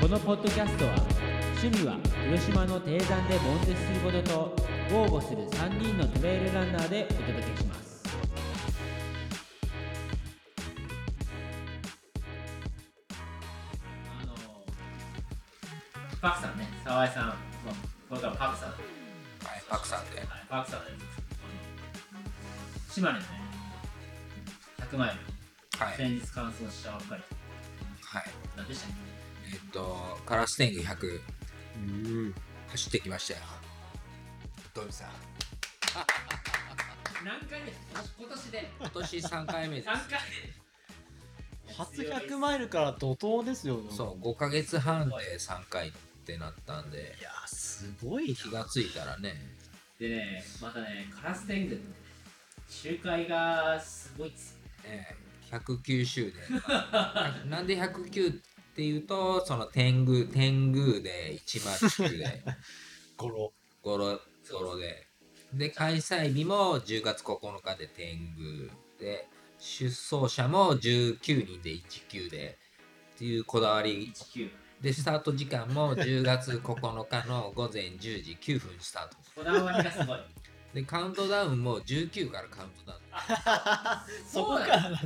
このポッドキャストは趣味は広島の低山で悶絶することと豪語する3人のトレイルランナーでお届けしますあのパクさんね沢井さん、まあ、これからパクさんはいはい、パクさんで。パクさんね島根のね100マイルはい。はい。先日完走したばっかり何でしたっけえっと、カラス天狗100、走ってきましたよ。どうさん。何回目今年で今年3回目で3回初100マイルから怒涛ですよねす。そう、5ヶ月半で3回ってなったんで、いやーすごい気がついたらね、でねまたねカラス天狗ってね周回がすごいっすよええ109周で。なんで109っていうと、その天狗、天狗で109で、ゴロゴロゴロで。で、開催日も10月9日で天狗で、出走者も19人で19で、っていうこだわり19で、スタート時間も10月9日の午前10時9分スタート。こだわりがす ごいで、カウントダウンも19からカウントダウン。そこうかならのなんか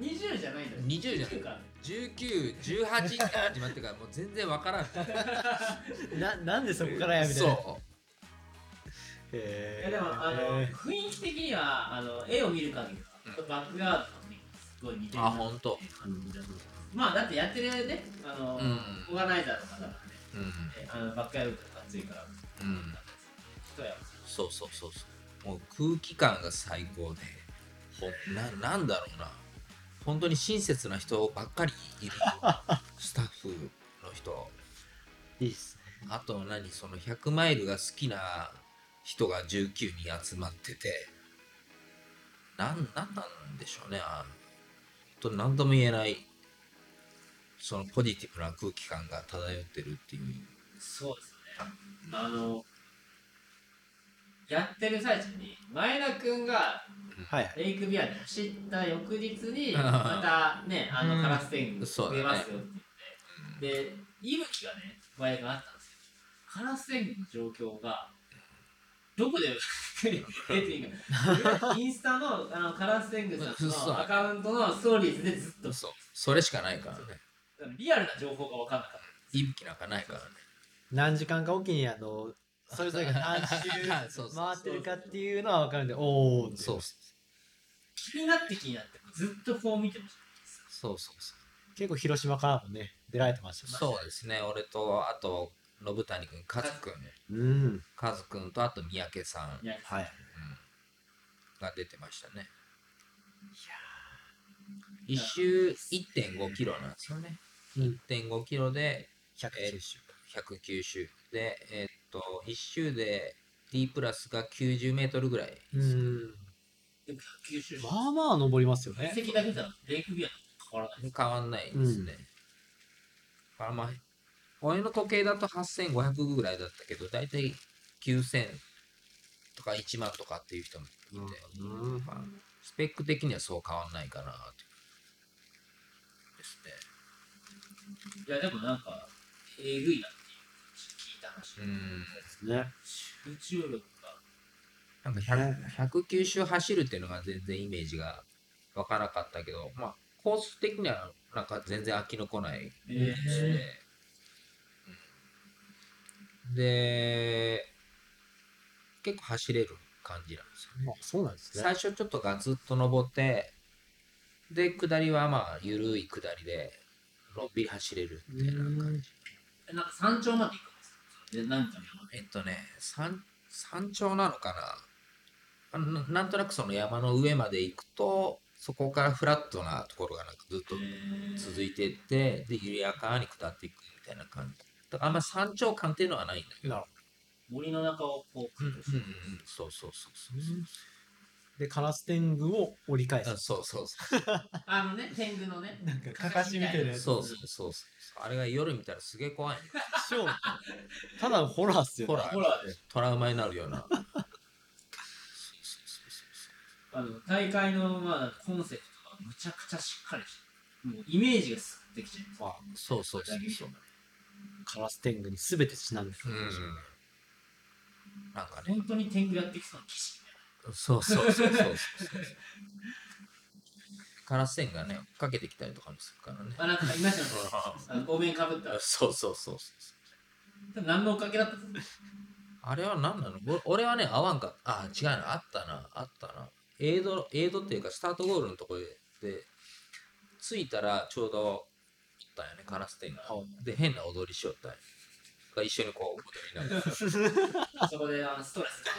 20じゃないんだよ20じゃない19か19、18から始まってからもう全然わからん。 ななんでそこからやみたいなそう。いへやーでもあの雰囲気的にはあの絵を見る限りはバックガードとかもねすごい似てるなあほんと感じだとまあだってやってるねあの、うんオーガナイザーとかだからねうん。えあのバックガードとか熱いからうん。人やそうそうそうそう。もう空気感が最高で、ほななんだろうな、本当に親切な人ばっかり いるスタッフの人、いいっすねあと何、その100マイルが好きな人が19人集まってて、なんなんなんでしょうね、あの、と何とも言えない、そのポジティブな空気感が漂ってるっていう。そうですね。あの、やってる最中に、前田くんがはいはいレイクビアで走った翌日に、うんまたね、あうの、んカラス天狗そうだね出ますよって言って、で、息吹がね、前があったんですよ。カラス天狗の状況が、どこで 出ていいか。インスタのあのカラス天狗さんそうのアカウントのストーリーズでずっと、そう、それしかないからね。リアルな情報が分かんなかった。いびきなんかないからね。何時間かおきにあの それぞれが何周 そうそうそう回ってるかっていうのは分かるんでおおそう気になって気になって、ずっとこう見てました。そうそうそう。結構広島からもね出られてましたそうですね、俺と、あと、信谷君、カズ君、うんカズ君と、あと、三宅さん、うんいやはいが出てましたね。一周1.5キロなんですよね。うん1.5キロで、 100えー109周。で、えーっと、1周で D プラスが90メートルぐらい。うんでも九州まあまあ登りますよね席だけじゃレイクビアと変わらない。変わんないですね。あまあ、俺の時計だと8500ぐらいだったけど、だいたい9000とか1万とかっていう人もいて、うんまあ、スペック的にはそう変わんないかなっていうですね。いや、でもなんか、えぐいなっていう聞いた話。うんね集中力が。なんか100 109周走るっていうのが全然イメージがわからなかったけど、まあ、コース的にはなんか全然飽きのこないえで、で結構走れる感じなんですよね。まあそうなんですね最初ちょっとガツッと登って、で、下りはまあ、ゆるい下りで、のんびり走れるみたいな感じ。ー、なんか山頂まで行くんですよ。で、なんかね、えっとね、山山頂なのかなあのななんとなくその山の上まで行くと、そこからフラットなところがなんかずっと続いていって、で、緩やかに下っていくみたいな感じ。だからあんま山頂感っていうのはないんだけど。なるほ森の中をこう、うんうん駆うん動して、そうそうそうそうそう。どでカラス天狗を折り返すあそうそうそあのね、天狗のね、なんかかかしみたいなやうつそうそうそうそうあれが夜見たらすげえ怖いよショーただのホラーっすよ、ね。ホラーほら、トラウマになるようなそうそうそうあの、大会の、まあ、コンセプトがむちゃくちゃしっかりしてる、もうイメージがすってきちゃいます。そうそうそうそうそうカラス天狗に全てちなんでるうん。なんかね、本当に天狗やってきそうな景色そうそうそうそうそうそう。カラス線がね、かけてきたりとかもするからね。あ、なんかいましたね。あのお面かぶった。 そうそうそうそう。何のおかげだったんであれは何なのお俺はね、合わんかった。あ、違うな。あったな。あったな。エイド、エイドっていうか、スタートゴールのとこで、で着いたらちょうど行ったんよね、カラス店が。で、変な踊りしよったんよが一緒にこう、踊りながら、そこであのストレスが。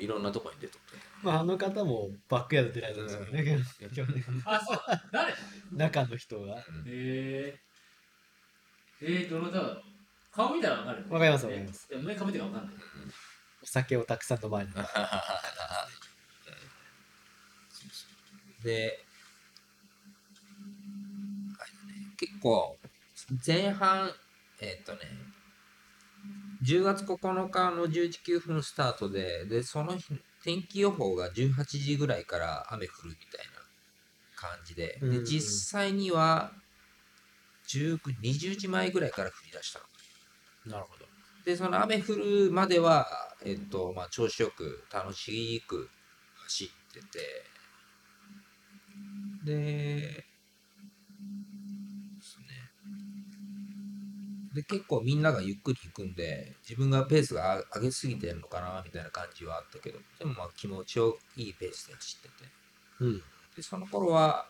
いろんなとこに出とって。まああの方もバックヤード出られたんですよね、あ、そうだ。誰へ中の人がえー。えー、どの歌だろう顔見たらわかるよね。わかりますわかりますえ。お面かぶってるかわかんない。お酒をたくさん飲まれてで、結構、前半、えーっとね、10月9日の10時9分スタートで、で、その日、天気予報が18時ぐらいから雨降るみたいな感じで、うんうで、ん実際には、19 20時前ぐらいから降り出したの。なるほどで、その雨降るまでは、えっと、まあ、調子よく、楽しく走ってて、で、そうですね。で、結構みんながゆっくり行くんで、自分がペースが上げすぎてるのかな、みたいな感じはあったけど、でもまあ気持ちよいいペースで走ってて。うんで、その頃は、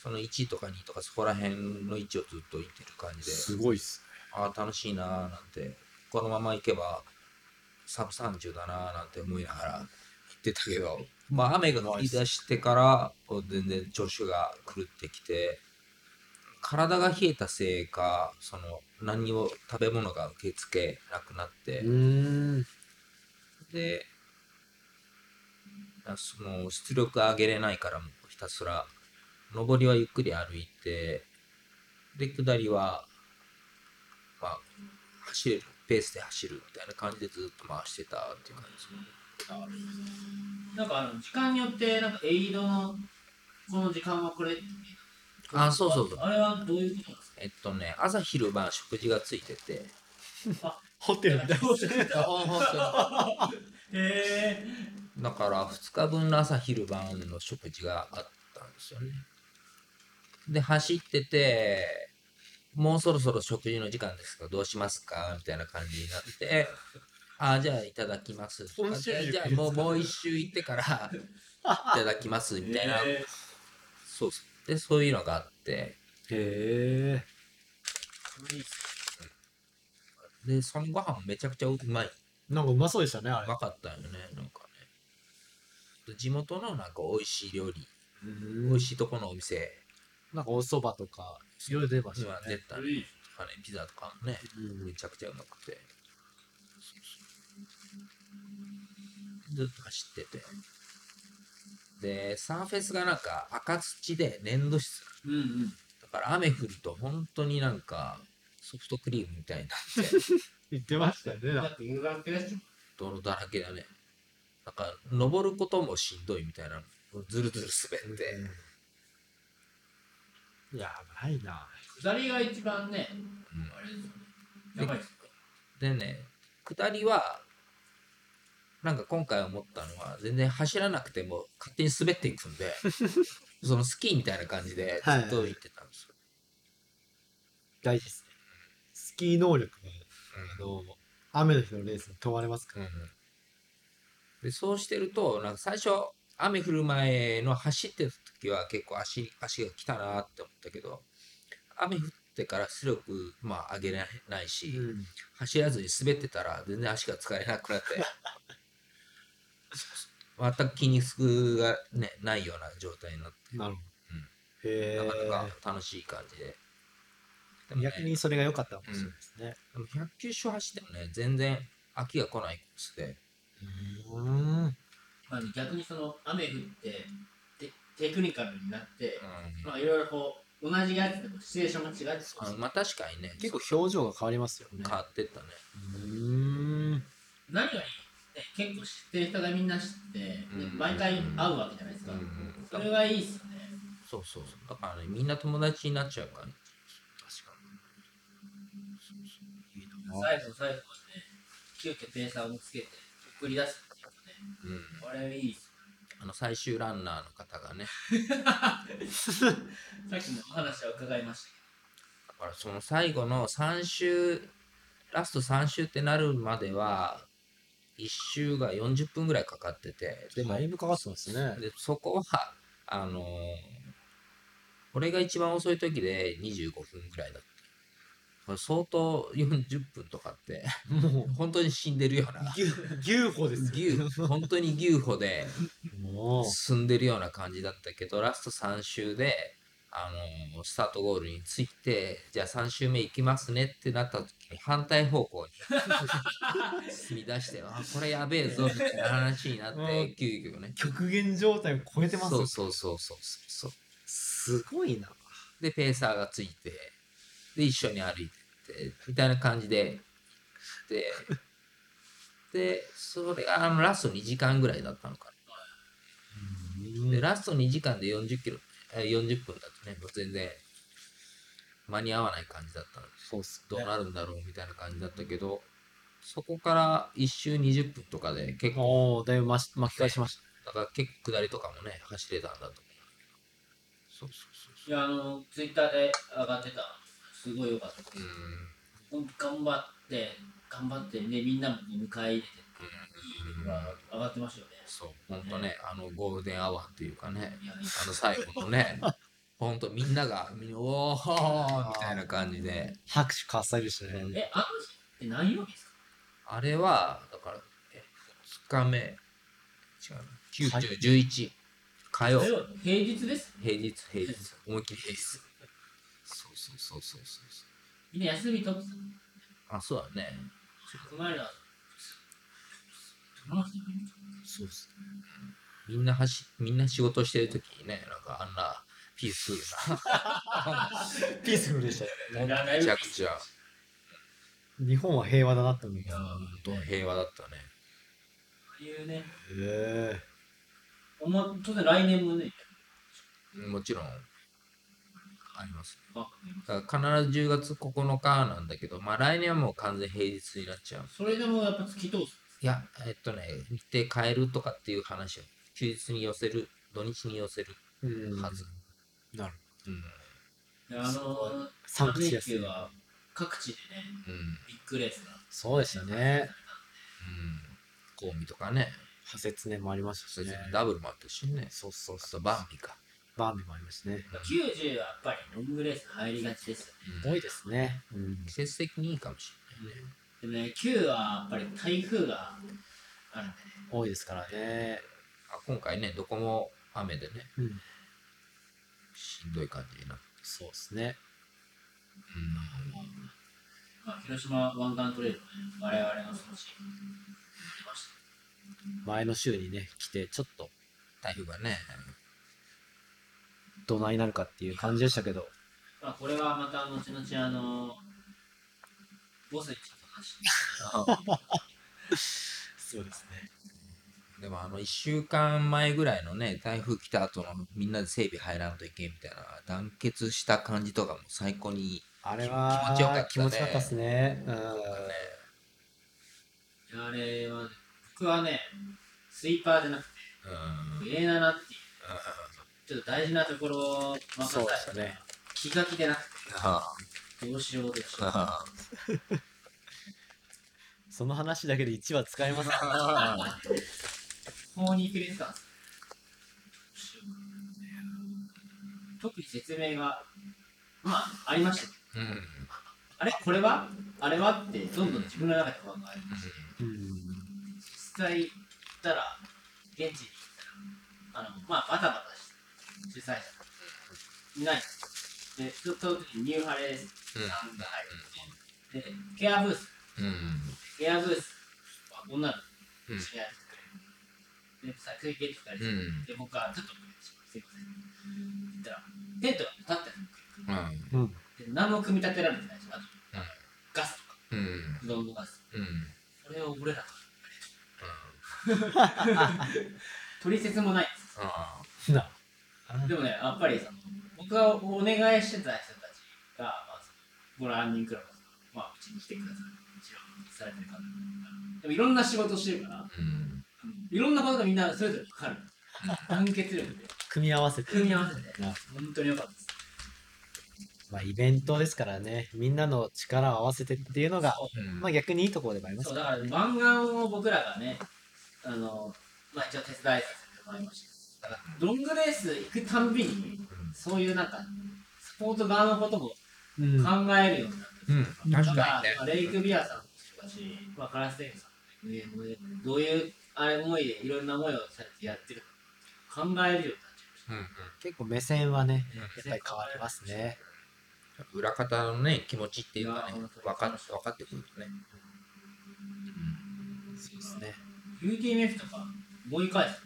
その1位とか2位とかそこら辺の位置をずっと行ってる感じで。ごいっすああ、楽しいなーなんて、このまま行けば、サブ30だなーなんて思いながら行ってたけど、まあ雨が降り出してから、こう全然調子が狂ってきて、体が冷えたせいか、その、何にも食べ物が受け付けなくなって、うーんで、あその出力上げれないからもうひたすら、上りはゆっくり歩いて、で、下りは、まあ、走れる、ペースで走るみたいな感じでずっと回してたっていう感じ。なんかあの時間によってなんかエイドのこの時間はこれあ、そうそうそう。あれはどういうことなんですえっとね、朝昼晩食事がついてて、ホテルみたいあ本かへえ当にだから2日分の朝昼晩の食事があったんですよね。で、走ってて、もうそろそろ食事の時間ですが、どうしますかみたいな感じになって、あじゃあいただきますとか。コンシじェゃあルジュじゃあもうもう一周行ってから、いただきますみたいな。へそうそう。で、そういうのがあって、へえで、そのご飯もめちゃくちゃうまい。なんかうまそうでしたねあうれまかったよね、なんかね。地元のなんか美味しい料理、美味しいとこのお店、なんかお蕎麦とかいろいろ出まし今た出ねたえね、いいピザとかもね、うんめちゃくちゃうまくて。ずっと走ってて。で、サーフェスがなんか赤土で粘土質。うんうんだから雨降ると本当になんかソフトクリームみたいになって。言ってましたよねだなんかって湯がってらっし泥だらけだね。なんか、登ることもしんどいみたいなの。ずるずる滑って。やばいな下りが一番ねあれですよねやばいですでね、下りは、なんか今回思ったのは、全然走らなくても勝手に滑っていくん で、そのスキーみたいな感じでずっと行ってたんですよ。大事ですねスキー能力があの雨の日のレースに問われますかうんでそうしてると、なんか最初、雨降る前の走ってた時は結構足足が来たなって思ったけど、雨降ってから出力、まあ、上げられないし、ら、うん走らずに滑ってたら全然足が使えなくなって そうそう全く筋肉が、ね、ないような状態になってなるほど。へなえ。かなか楽しい感じで。でもね、逆にそれが良かったかもしれないですね。でも109周走ってもね、全然飽きが来ないコースで、うん。まあ逆にその雨降ってテテクニカルになってうまあいろいろこう同じやつでもシチュエーションが違ってんあまあ確かにね、結構表情が変わりますよね。変わってったね。うん。何よりね結構知ってる人がみんな知ってでうん毎回会うわけじゃないですかうんそれがいいっすよねそうそうそう。だからね、みんな友達になっちゃうから、ね。確か最後の最後までね、急遽ペーサーをつけて、送り出すっていううん、のね、あれいいっすあの最終ランナーの方がねさっきもお話は伺いましただからその最後の3周ラスト3周ってなるまでは1周が40分ぐらいかかっててでもだいぶかかってますね。でそこはあのー俺が一番遅い時で25分ぐらいだったこれ相当40分とかってもう、本当に死んでるような牛、牛歩です牛よ。本当に牛歩でもう、進んでるような感じだったけどラスト3周で、あのースタートゴールについてじゃあ3周目行きますねってなった時に 反対方向に進み出してあこれやべえぞみたいな話になっうて急遽ね極限状態を超えてますそよう。そうそうそうそうすごいな。でペーサーがついてで一緒に歩いてってみたいな感じでででそれがあのラスト2時間ぐらいだったのかなでラスト2時間で40キロ、えー40分だとね、もう全然間に合わない感じだったので、そうっすどうなるんだろうみたいな感じだったけど、そこから1周20分とかで結構、おー、だいぶまし巻き返しました。だから結構下りとかもね、走れたんだと思う。そうそうけど。いや、あの、ツイッターで上がってた、すごい良かった。そう。うーん、頑張って、頑張って、ね、みんなも迎え入れてっていうのが上がってましたよね。そう、ほんとね、あのゴールデンアワーっていうかね、いや、あの最後のね、ほんとみんなが、みんなおーみたいな感じで。拍手喝采でしたね。え、あの日って何曜日ですかあれは、だから、え2日目、違うな、はい9、10、11、火曜、平日です。平日、平日、思いっきり平日。そうそうそうそうそうそう。みんな休み取ってあ、そうだね。た。お前ら、楽しみにそうっす。みんな走、みんな仕事してるときにね、なんかあんな、ピースフピースフルでしたよ。ルな、めちゃくちゃ、日本は平和だなって思いました。本当平和だったね。ああいうね、ええおま、当然来年もね、もちろん、あります。あだから必ず10月9日なんだけど、まあ来年はもう完全平日になっちゃう。それでもやっぱ突き通す。いや、えっとね、日程変えるとかっていう話を、休日に寄せる、土日に寄せるうんはず。なるうん。うん。であのー、三口連です休は各地でね、ビッグレースが。そうでしたね。うん。コンビとかね、派切ねもありましそたれしじねゃ。ダブルもあったしね。そうそうあそとう。バンビか。バーンビもありましたね。 90はやっぱりロングレース入りがちですよね。うん多いですね。うん季節的にいいかもしれないね。でもね、9はやっぱり台風があるんでね、多いですからね。あ今回ね、どこも雨でね、うん。しんどい感じになって。そうですね。まあ、広島湾岸トレイルもね、我々の少し、ありました。前の週にね、来て、ちょっとうん。台風がね、どないなるかっていう感じでしたけど。まあ、これはまた後々あのボスにちょっと話してそうですね。でもあの1週間前ぐらいのね、台風来た後のみんなで整備入らんといけんみたいな団結した感じとかも最高にあれは気持ちよかったね気持ちよかったですね。うん。いやあれはね、僕はね、スイーパーじゃなくて、うんう A7 ってん、いう、ちょっと大事なところを任されそうたですね気が気でなくあて、どうしようどうしよ う。あその話だけで1話使え ますね。法に触れてたんですよ特に説明が、まあ、ありましたけど、うんうんあれこれはあれはって、どんどん自分の中で考えて、うん。実際行ったら、現地に行ったら、あの、まあ、バタバタして、主催者いないんですよで、そその時にニューハレーさんが入って、で、ケアブース、うんケアブースは女の子うにん知り合いて、で、さ、ゲットしたりうして、んで、僕はちょっと、すいません。言ったら、テントが立ってうんうん。るで、何も組み立てられてないし、あと、うんガスとか、うんうんブドウのガス。それを俺らが、取説もないんですよあなでもね、やっぱりその僕がお願いしてた人たちが、まあ、そのボランニングクラブさんまあ、うちに来てください。されてる方でもいろんな仕事してるから、うんいろんなことがみんなそれぞれかかる。団結力で、組み合わせて組み合わせて、な本当に良かったです。まあイベントですからねみんなの力を合わせてっていうのがうんまあ逆にいいところでもありますそう、ねだから漫画を僕らがね、あの、まあ一応手伝いさせてもらいましたけど。だから、ロングレース行くたんびに、そういうなんか、サポート側のこともうん考えるようになってうんうん確かにねだから、まあレイクビアさんもそうだし、まあ、カラステンさんもね、どういうあれ思いでいろんな思いをされてやってるか、考えるようになっちゃいました。うん結構目線はねうんやっぱり変わりますね裏方のね気持ちっていうかねいや分かっ分かってくるとね、そうですね UTMF とか思い返す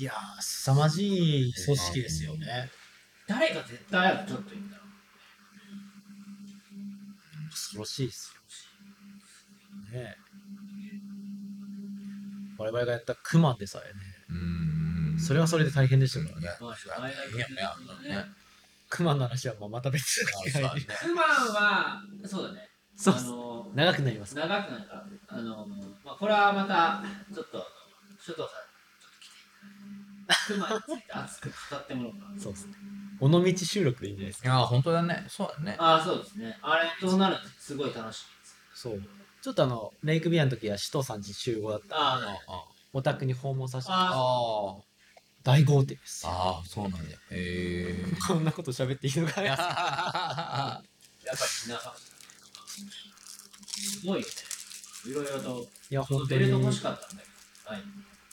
いやー凄まじい組織ですよね誰か絶対あるちょっと言ったら恐ろしいですよね我々がやったクマでさえねうんそれはそれで大変でしたからいねやまあいやいやねクマの話はまあまた別の機会にあそうねクマはそうだねそうっあすの長くなります長くなるからあの、まあ、これはまたちょっと首藤さんちょっと来ていただいてクマについて熱く語ってもらおうかなそうですね尾道収録でいいんじゃないですいかや本当だねそうだねああそうですねあれどうなるのすごい楽しいですそうちょっとあのレイクビアの時は首藤さんち集合だったあああお宅に訪問させてああ大豪邸ですよああそうなんだよへえこんなこと喋っていいのかいやなやっぱりみんなすごいよねいろいろといや本当ベルト欲にしかったんだけどはい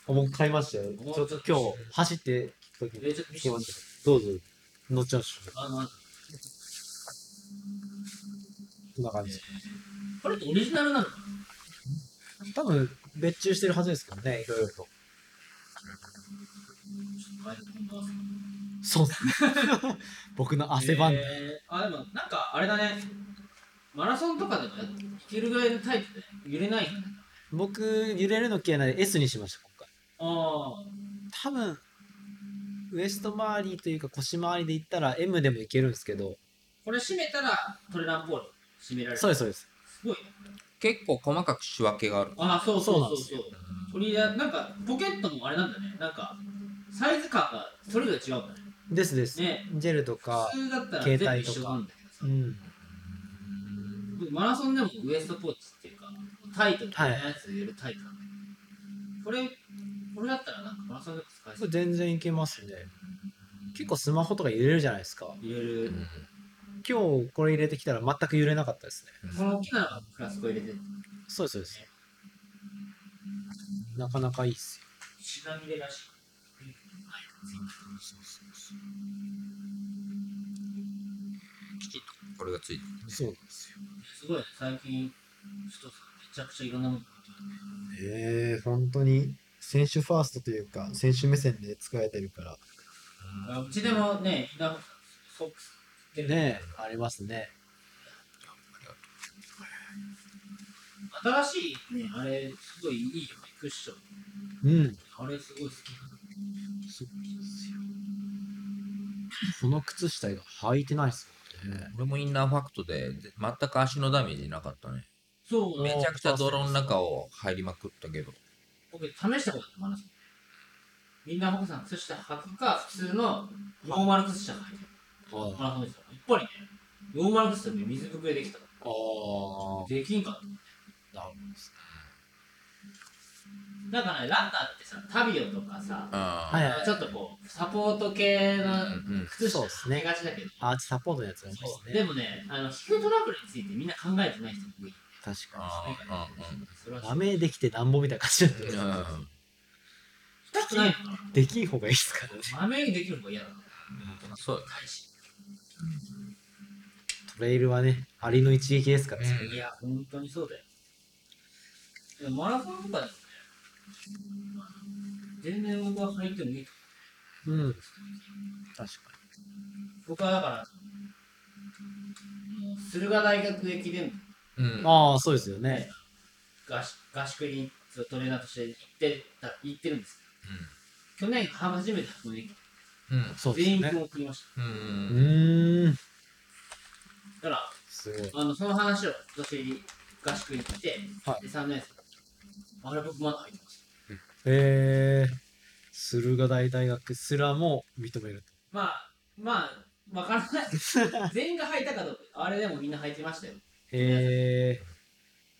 僕買いましたよちょっと今日走って聞く時えにちょっと見せて聞きましたどうぞ後々あのこんな感じこれってオリジナルなの多分別注してるはずですけどねいろいろとそうですね 僕の汗ばんだ、えーあでもなんかあれだねマラソンとかでもやっいけるぐらいのタイプで揺れない僕揺れるの嫌いなんで S にしました今回あ多分ウエスト周りというか腰周りで言ったら M でもいけるんですけどーこれ締めたらトレランポール締められるそうですそうですすごいね結構細かく仕分けがあるああそうそうそうそうそうこれやなんかポケットもあれなんだねなんかサイズ感がそれぞれ違うんだねですです、ねジェルとか普通だったら全携部帯とか一緒なんだけどさうん僕マラソンでもウエストポーチっていうかタイトみたいなやつ入れるタイプなんだけど、これこれだったらなんかマラソンでも使えこそうれ全然いけますね結構スマホとか揺れるじゃないですか入れる、今日これ入れてきたら全く揺れなかったですねこの大きなのがフラスコ入れてるそうですそうですなかなかいいっすよしなみでらしい。きちんとこれがついてそうなんですよすごい、最近、ちょっとめちゃくちゃいろんなものがへえ本当に選手ファーストというか選手目線で使えてるからあうちでもね、ひなソックス売ってるねえありますね新しいね、あれ、すごいいいよね、クッション。うんあれ、すごい好き。この靴下が履いてないっすもんね俺もインナーファクトでで全く足のダメージなかったねそうう、んね、めちゃくちゃ泥の中を入りまくったけど僕、試したことあって、マラソン。みんな、ホさん、靴下履くか、普通のノーマル靴下履いてる。マラソンですよ。やっぱりね、ノーマル靴下で水ぶくれできた。ああできんかった。なるほどですなんかね、ランナーってさ、タビオとかさ、ははいいはいちょっとこう、サポート系のうん靴下そうっすね履きがちだけど、アーチサポートのやつがいいでそうすでねもね、あの、引くトラブルについてみんな考えてない人も多い。確かああそれはにそダうメできてなんぼみたいな感じなんうんでうんうんしたくないのかできん方がいいっすからねな。豆にできるのが嫌だな。そうだね返し。トレイルはねアリの一撃ですからね、うんいや、本当にそうだよ。でもマラソンとかでもね、全然僕は履いてもいいとうん。確か僕はだから、駿河大学駅伝部うんに。ああ、そうですよね。合宿合宿にトレーナーとして行ってた行ってるんですけど、去年初めて箱根駅伝うんうんそうです全よ員ね分。送りましうんううんーん。た。だかすごい。ら、あのその話を私、合宿に行って、はいで3年生あれ僕まだ入ってますえー、駿河台大学すらも認めると。まあまあわからない全員が入ったかどうかあれでもみんな入ってましたよえ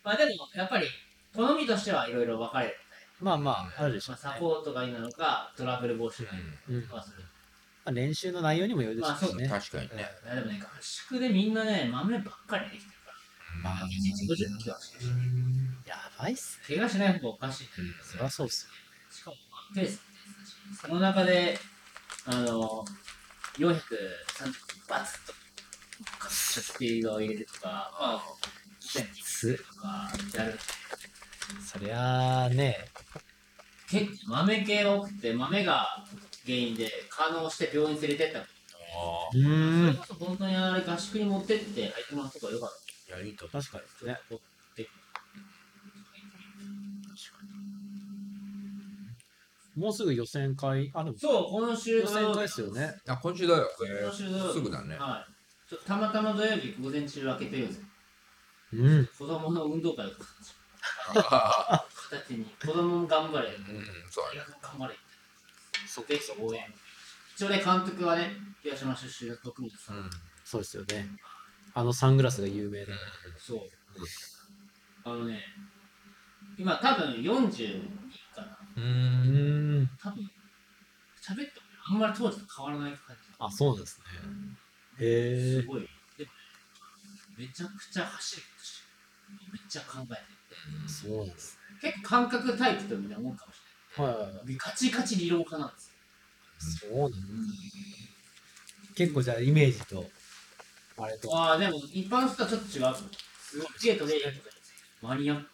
まあでもやっぱり好みとしてはいろいろ分かれるー、まあまあ、あるでみしたいょな、まあ、サう、ね。ポートがいいなのかトラブル防止がいいんうんのまかはするあ、練習の内容にもよるでしょうしね。確かにね。いやでもね合宿でみんなね豆ばっかりできてるからまあ、 1日50キロ走るしやばいっすね。怪我しない方がおかしいそりゃそうっすよ。しかも、まあ、ペースその中で、あの、430バツッと、カッとスピードを入れるとか、まあ、キャッつとか、やる。そりゃあね、結構豆系が多くて、豆が原因で、可能して病院に連れてったの。うーそれん。こそ本当にあれ合宿に持ってって入ってもらった方がよかっいや、いいと思う。確かた。にね。でもうすぐ予選会、あ、でもそう、今週予土選曜会日ですよね。あ、今週だよ。え今週土曜ー日すぐだね。はい。ちょっとたまたま土曜日午前中開けてるんですよ。うん。子供の運動会をあ形に、子供も頑張れ。ーうん、そうだね。頑張れそこそ応援一応ね監督はね広島出身の徳光さ、うんん。そうですよね。あのサングラスが有名な。そうあのね今多分42かなううーん。ん。多分喋ってもあんまり当時と変わらない感あ、そうなんですね。じへすえ。ごいでもねめちゃくちゃ走るしめっちゃ考えてそうなんでする結構感覚タイプとみたいなもんかもしね。はいはいはい。れないカチカチ理論家なんですよそうなんだ。結構じゃあイメージと、あれと。ああでも一般の人とはちょっと違うすごいゲートでやるとかマニアック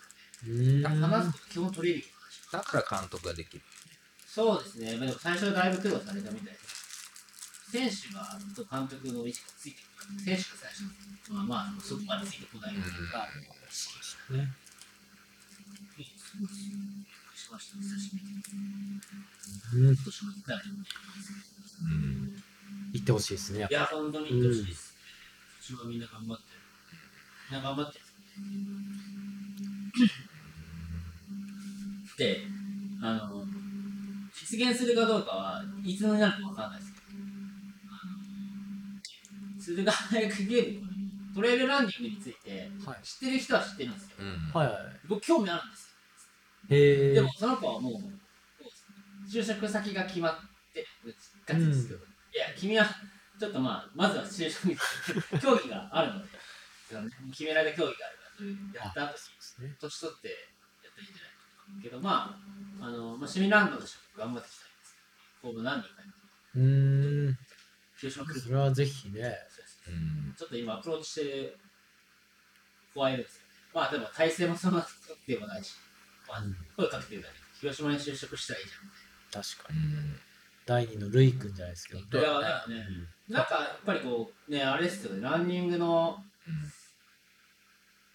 うーん話すこと基本取れるよだから監督ができる。そうですね、まあでも最初だいぶ苦労されたみたいです。選手がと監督の位置がついてくる、選手が最初、まあ、まあそこまでついてこないというか、意識しね。ました、久しぶりに。うん。今年も行ったらねうん。行ってほしいですね。いや、本当に行ってほしいです。うちはみんな頑張ってる。みんな頑張ってる。で、あの、実現するかどうかはいつになるかわからないですけど、あの駿河大学ゲームのねトレイルランニングについてはい。知ってる人は知ってるんですよ。うん。はいは僕、興味あるんですよ。い。へえ。でも、その子はもう、もう就職先が決まって、ガチですけど、いや、君は、ちょっとまあ、まずは就職に、競技があるので、決められた競技があるから、やった後、そうですね。年取ってやったらいいんじゃないかと思うけど、まあ、あの、まあ、シミランドとして頑張っていきたいんですけど、今後何人かに、うーん。広島来るそれはぜひね。うん。ちょっと今、アプローチして、怖いですよね。まあ、でも、体制もそんなでもないし、まあ、声かけてるだけで、広島に就職したらいいじゃん。確かうに。ん第二のルイ君じゃないですけど。いや、だからね、なんかやっぱりこう、ね、あれですよね、ランニングの、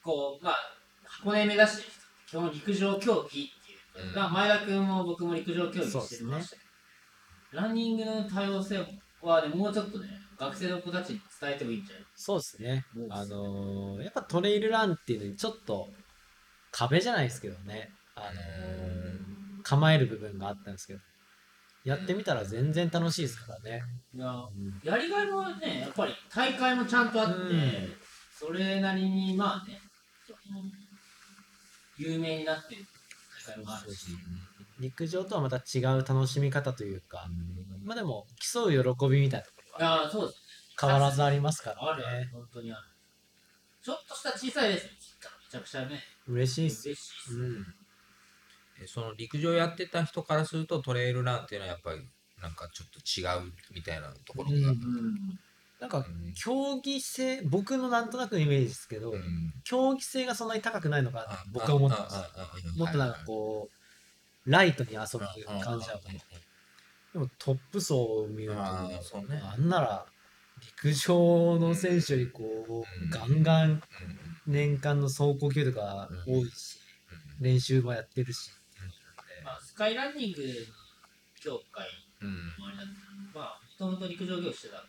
こう、まあ、箱根目指してる人って基本陸上競技っていうか、うん前田君も僕も陸上競技してましたけど、ランニングの多様性はね、もうちょっとね、学生の子たちに伝えてもいいんじゃないそうですねもう。あのーやっぱトレイルランっていうのにちょっと壁じゃないですけどね。あのー構える部分があったんですけど。やってみたら全然楽しいですからね。いやうんやりがいもね、やっぱり大会もちゃんとあって、うんそれなりに、まあね、有名になってる大会もあるし。陸上とはまた違う楽しみ方というか、まあでも競う喜びみたいなところいはやーそうです変わらずありますからね。あるある、本当にある。ちょっとした小さいレースに切ったらめちゃくちゃね、嬉しいっ嬉す。しいっすうね。ん。えその陸上やってた人からするとトレイルランっていうのはやっぱりなんかちょっと違うみたいなところが。うん。なんか競技性、僕のなんとなくのイメージですけど、うん競技性がそんなに高くないのかなって僕は思ってます。もっとなんかこう、ライトに遊ぶ感じだと思う。でもトップ層を見ると、あーそうねあんなら陸上の選手よりこうんう、ガンガン年間の走行距離とか多いし、練習もやってるし。まあ、スカイランニング協会うんうんのあれだったまあ、もともと陸上競技してた。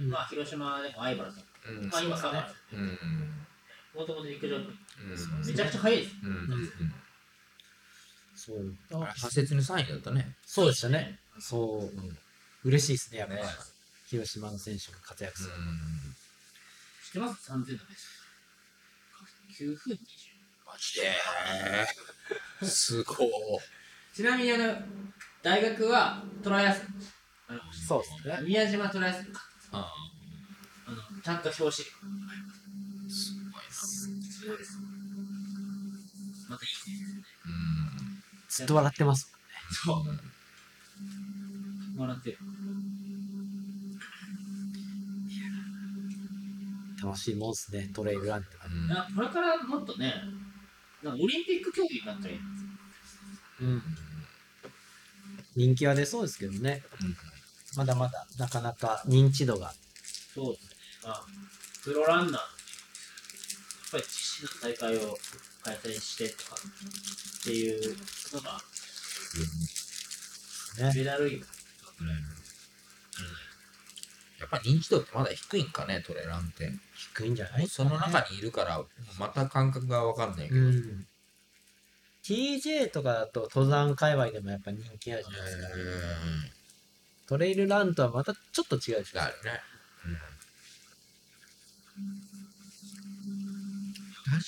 まあ、広島でも相原さん。うんうんまあ、今、そう相です原さねん。うんうんもともと陸上部うんそうめちゃくちゃ速いです。うんうんうんそうあれ派切に3位だったね。そうでしたね。そう。嬉しいですね、やっぱ、ね広島の選手が活躍する。知ってます ?3000 のベスト。9分20。マジで。すごい。ちなみにあの、大学はトライアスあのそうですね。宮島トライアスロンかああのちゃんと表紙ーすごいな。すごいです。またいいね。うんずっと笑ってます。そう。もらってる。楽しいもんですね、トレイルランって。うんなこれからもっとね、なんかオリンピック競技になったらいいなうん。人気は出そうですけどね。まだまだなかなか認知度が。そうですね。まあ、プロランナー、やっぱり自身の大会を開催してとかっていうのが、ねメダル以下やっぱ認知度ってまだ低いんかね、トレランって。低いんじゃないその中にいるから、また感覚がわかんないけうど。ん。TJ とかだと登山界隈でもやっぱ人気あるじゃないですか。うんトレイルランとはまたちょっと違うでしょだ。よね。うん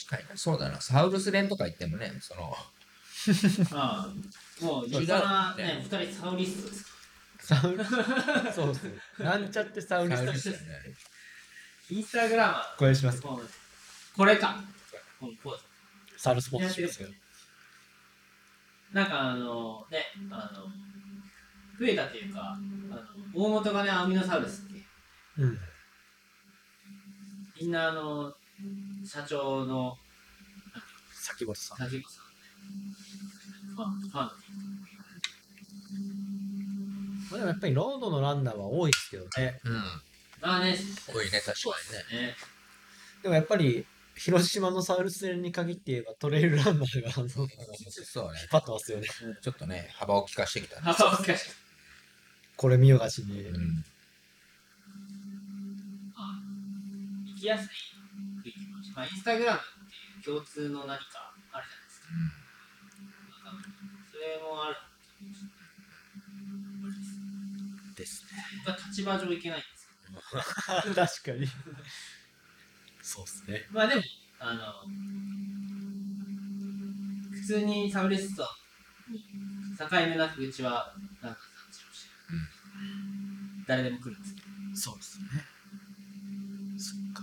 確かに、そうだな。サウルス連とか行ってもね、その、まあ、もう立派なね、二人サウリストですかサウルス。そうですね。なんちゃってサウルサウルスとスしてだよね。ら。インスタグラマこれしまー、。もうこれか。このポーズ。サウルスポーツしますけど。なんかあの、ね、あの、増えたというか、あの大元がね、アミノサウルスっていう。うん。みんなあの、社長の先ほどさん。田島さんのね。ファン、ファンまあでもやっぱりロードのランナーは多いですけどね。うん。まあね、多いね、確かにね。ね、でもやっぱり、広島のサウルス連に限って言えばトレイルランナーが、あの、 引っそうね。張ってますよね。ちょっとね、幅を利かしてきたね。幅を利かして。これ見よがしに。うんあ行きやすい区域もあるしまあ、インスタグラムっていう共通の何かあるじゃないですか。なんかそれもある。ですね。やっぱ立場上いけないんですけ 確かに。そうですね。ど。まあでも、あの、普通にサブレストに境目なくうちは、なんか産地をしてる。誰でも来るんですけど。そうですね。そっか。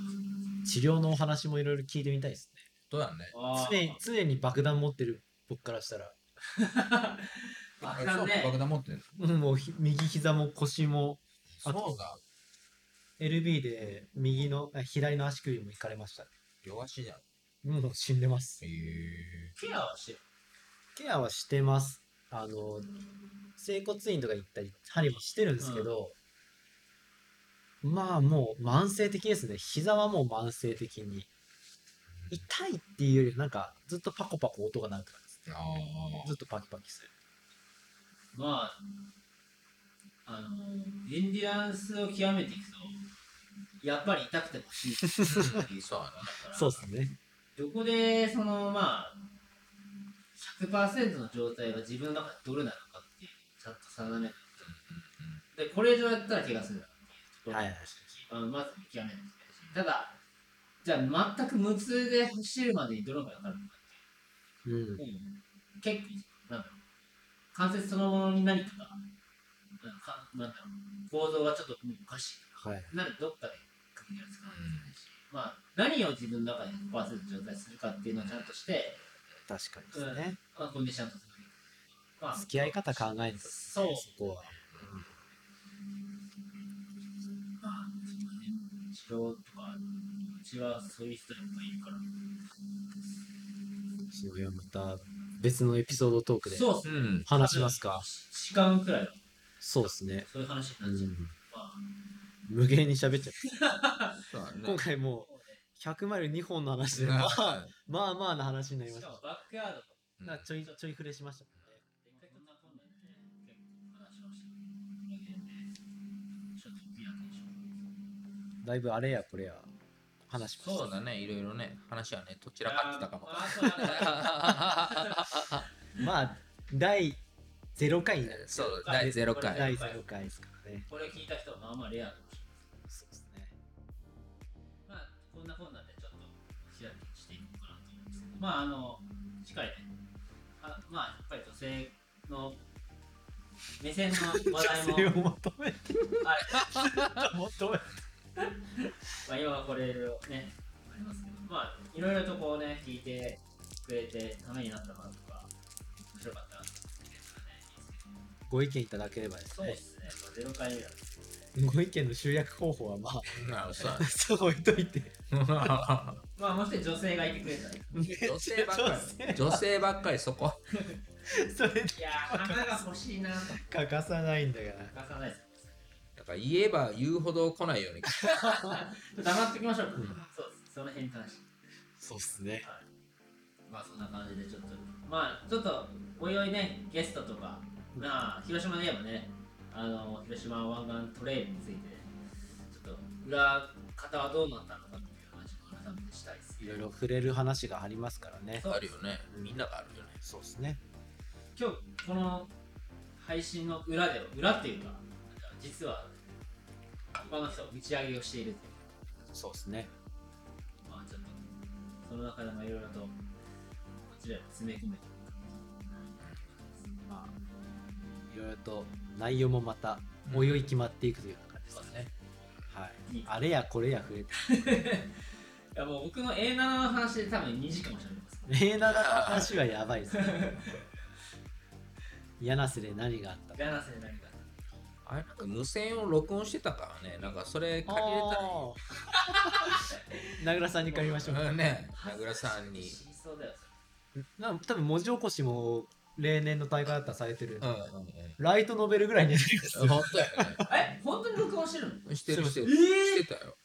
治療のお話もいろいろ聞いてみたいですね。そうだね。あ常に、ー常に爆弾持ってる僕からしたら、爆弾そう爆ね。弾持ってる。うんもうひ右膝も腰も、そあとうだ。 LB で右の、あ左の足首もいかれましたね。両足じゃん。もう死んでます。へえ。ケアはしてる。ケアはしてます。あの、整骨院とか行ったり、針もしてるんですけど、まあもう慢性的ですね。膝はもう慢性的に。痛いっていうよりは、なんかずっとパコパコ音が鳴るからですね。ああ。ずっとパキパキする。まあ、あの、エンディランスを極めていくと、やっぱり痛くても死ぬ。そうだね。そうですね。どこで、その、まあ、100%の状態が自分の中でどれなのかっていう、ちゃんと定めて、で、これ以上やったら怪我するなっていうところはいはいあのまず見極めないといけないし、ただ、じゃあ全く無痛で走るまでにどのくらいかかるのかうんって。いう、結構、なんだろう、関節そのものに何かが、なんかなんだろう、構造がちょっとおかしいとかはい。なるどっかで区切りをつかないといけないし、まあ、何を自分の中で100%状態するかっていうのをちゃんとして、確かにですね。まあ、コンディションとする。まあ、付き合い方考えると、そう。そこは。まあ、そうね。治療とか、うちはそういう人やっぱいるから。それはまた別のエピソードトークでそうっすうね。ん。話しますか。時間くらいは、そうですね。そういう話うになっちゃう。ん。まあ、無限に喋っちゃう。そうだね今。回もそう、うね100マイル2本の話で、 まあ、うまあまあな話になりまししたかもた。バックヤードとか、なんかちょいちょい触れしましたもんね。一回こんなこんなでね、結構話をしてるので、ちょっと大きなテンション。だいぶあれやこれや話しましそそううだだね、いろいろね、話はね、どちらかってたかも。あーそうなんだた。まあ、第0回になるんです そう、 第0回。第0回ですからね。これ聞いた人はまあまあレアだと思うそうですね。まあこんなこんなんでちょっと調べしていこうかなと思いますまああのしっかりねあまあやっぱり女性の目線の話題も女性を求めて、あれ求めて。まあ、今はこれいろいろね、ありますけど、まあ、いろいろとこうね、聞いてくれて、ためになったなとか、面白かったなとか、ね、いいですけどご意見いただければですそうでね。すね、まあ、ゼロ回目なんですけどね。ご意見の集約方法はまあ、なるほそう置いといて。ど。まあ、もし女性がいてくれたら、い 女性ばっかり。女女性ばっかり、そこ。性それやー、花が欲しいなと欠かさないんだから。か、欠かさないです。だから言えば言うほど来ないように。黙っておきましょう。うんそうです、その辺に関して。そうっすね。まあ、そんな感じで、ちょっと、まあ、ちょっと、おいおいね、ゲストとか、まあ、広島で言えばね、あの、広島湾岸トレイルについて、ちょっと、裏方はどうなったのかっていう話を改めてしたいですいね。ろいろ触れる話がありますからね。そうあるよね。みんながあるよね。そうですね。今日、この配信の裏では、裏っていうか、実は、他の人を打ち上げをしているというそうですね。まあ、ちょっと、その中でもいろいろと、こちらに詰め込めてる感じまあ、いろいろと内容もまた、おいおい決まっていくというような感じそでうですすね。ね。はいいい。あれやこれや増えて。いや、もう僕の A7 の話で多分2時間も喋ります。レーナーの話はやばい ですね。柳瀬で何があったガラスで何か。あれなんか無線を録音してたからね。なんかそれ借りれあ ー名倉さんに借りましたょう。ら。うんね、名倉さんに。死にそうだよ。なんか多分文字起こしも例年の大会だったらされてる。うんうんライトノベルぐらいにやってます。うん。本当やね。え、本当に録音してるのしてるしてる。えーしてたよ。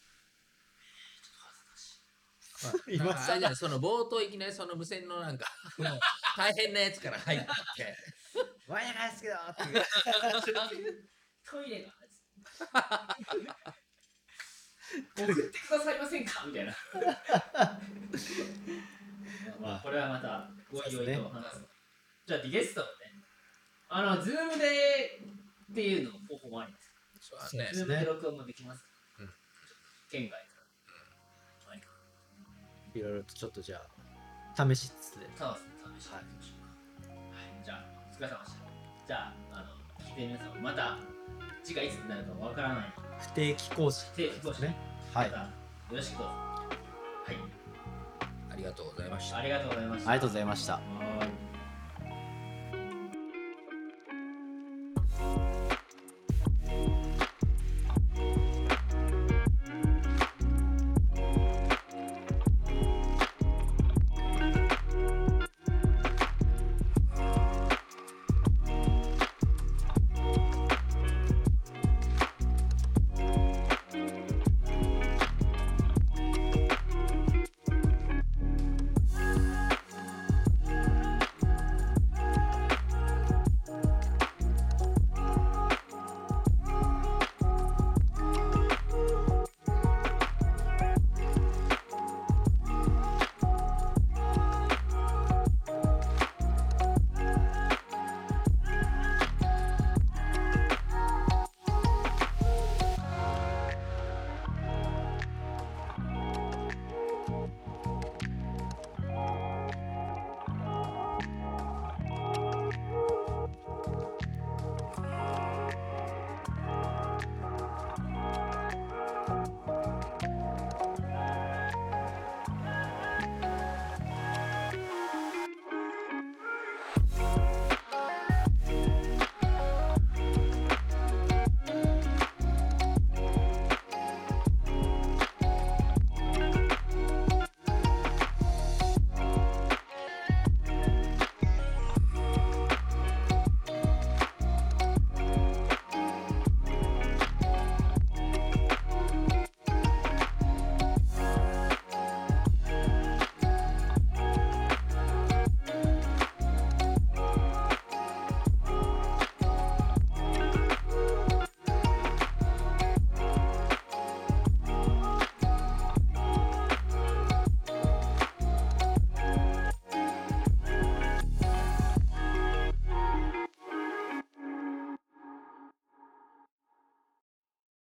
いなんまかしあたれじゃんその冒頭いきなりその無線のなんかもう 大変なやつから入ってってわやないですけどってトイレが。送ってくださいませんかみたいな。まあ、これはまた、ごいおいと話す。じゃあ、ゲストをね、あの、ズームでっていうの方法もあります。そうだねズームで録音もできます。うん県外から。いろいろとちょっとじゃあ、試しつつで。そうですね、試してみましょうか。はい、じゃあ、お疲れ様でした。じゃあ、あの、聞いてる皆さん、また次回いつになるかわからないの不定期更新で、どうしてねね、。はまい。たあよろしくどうぞ。はい、ありがとうございましたありがとうございましりた。がとうございました。はーい「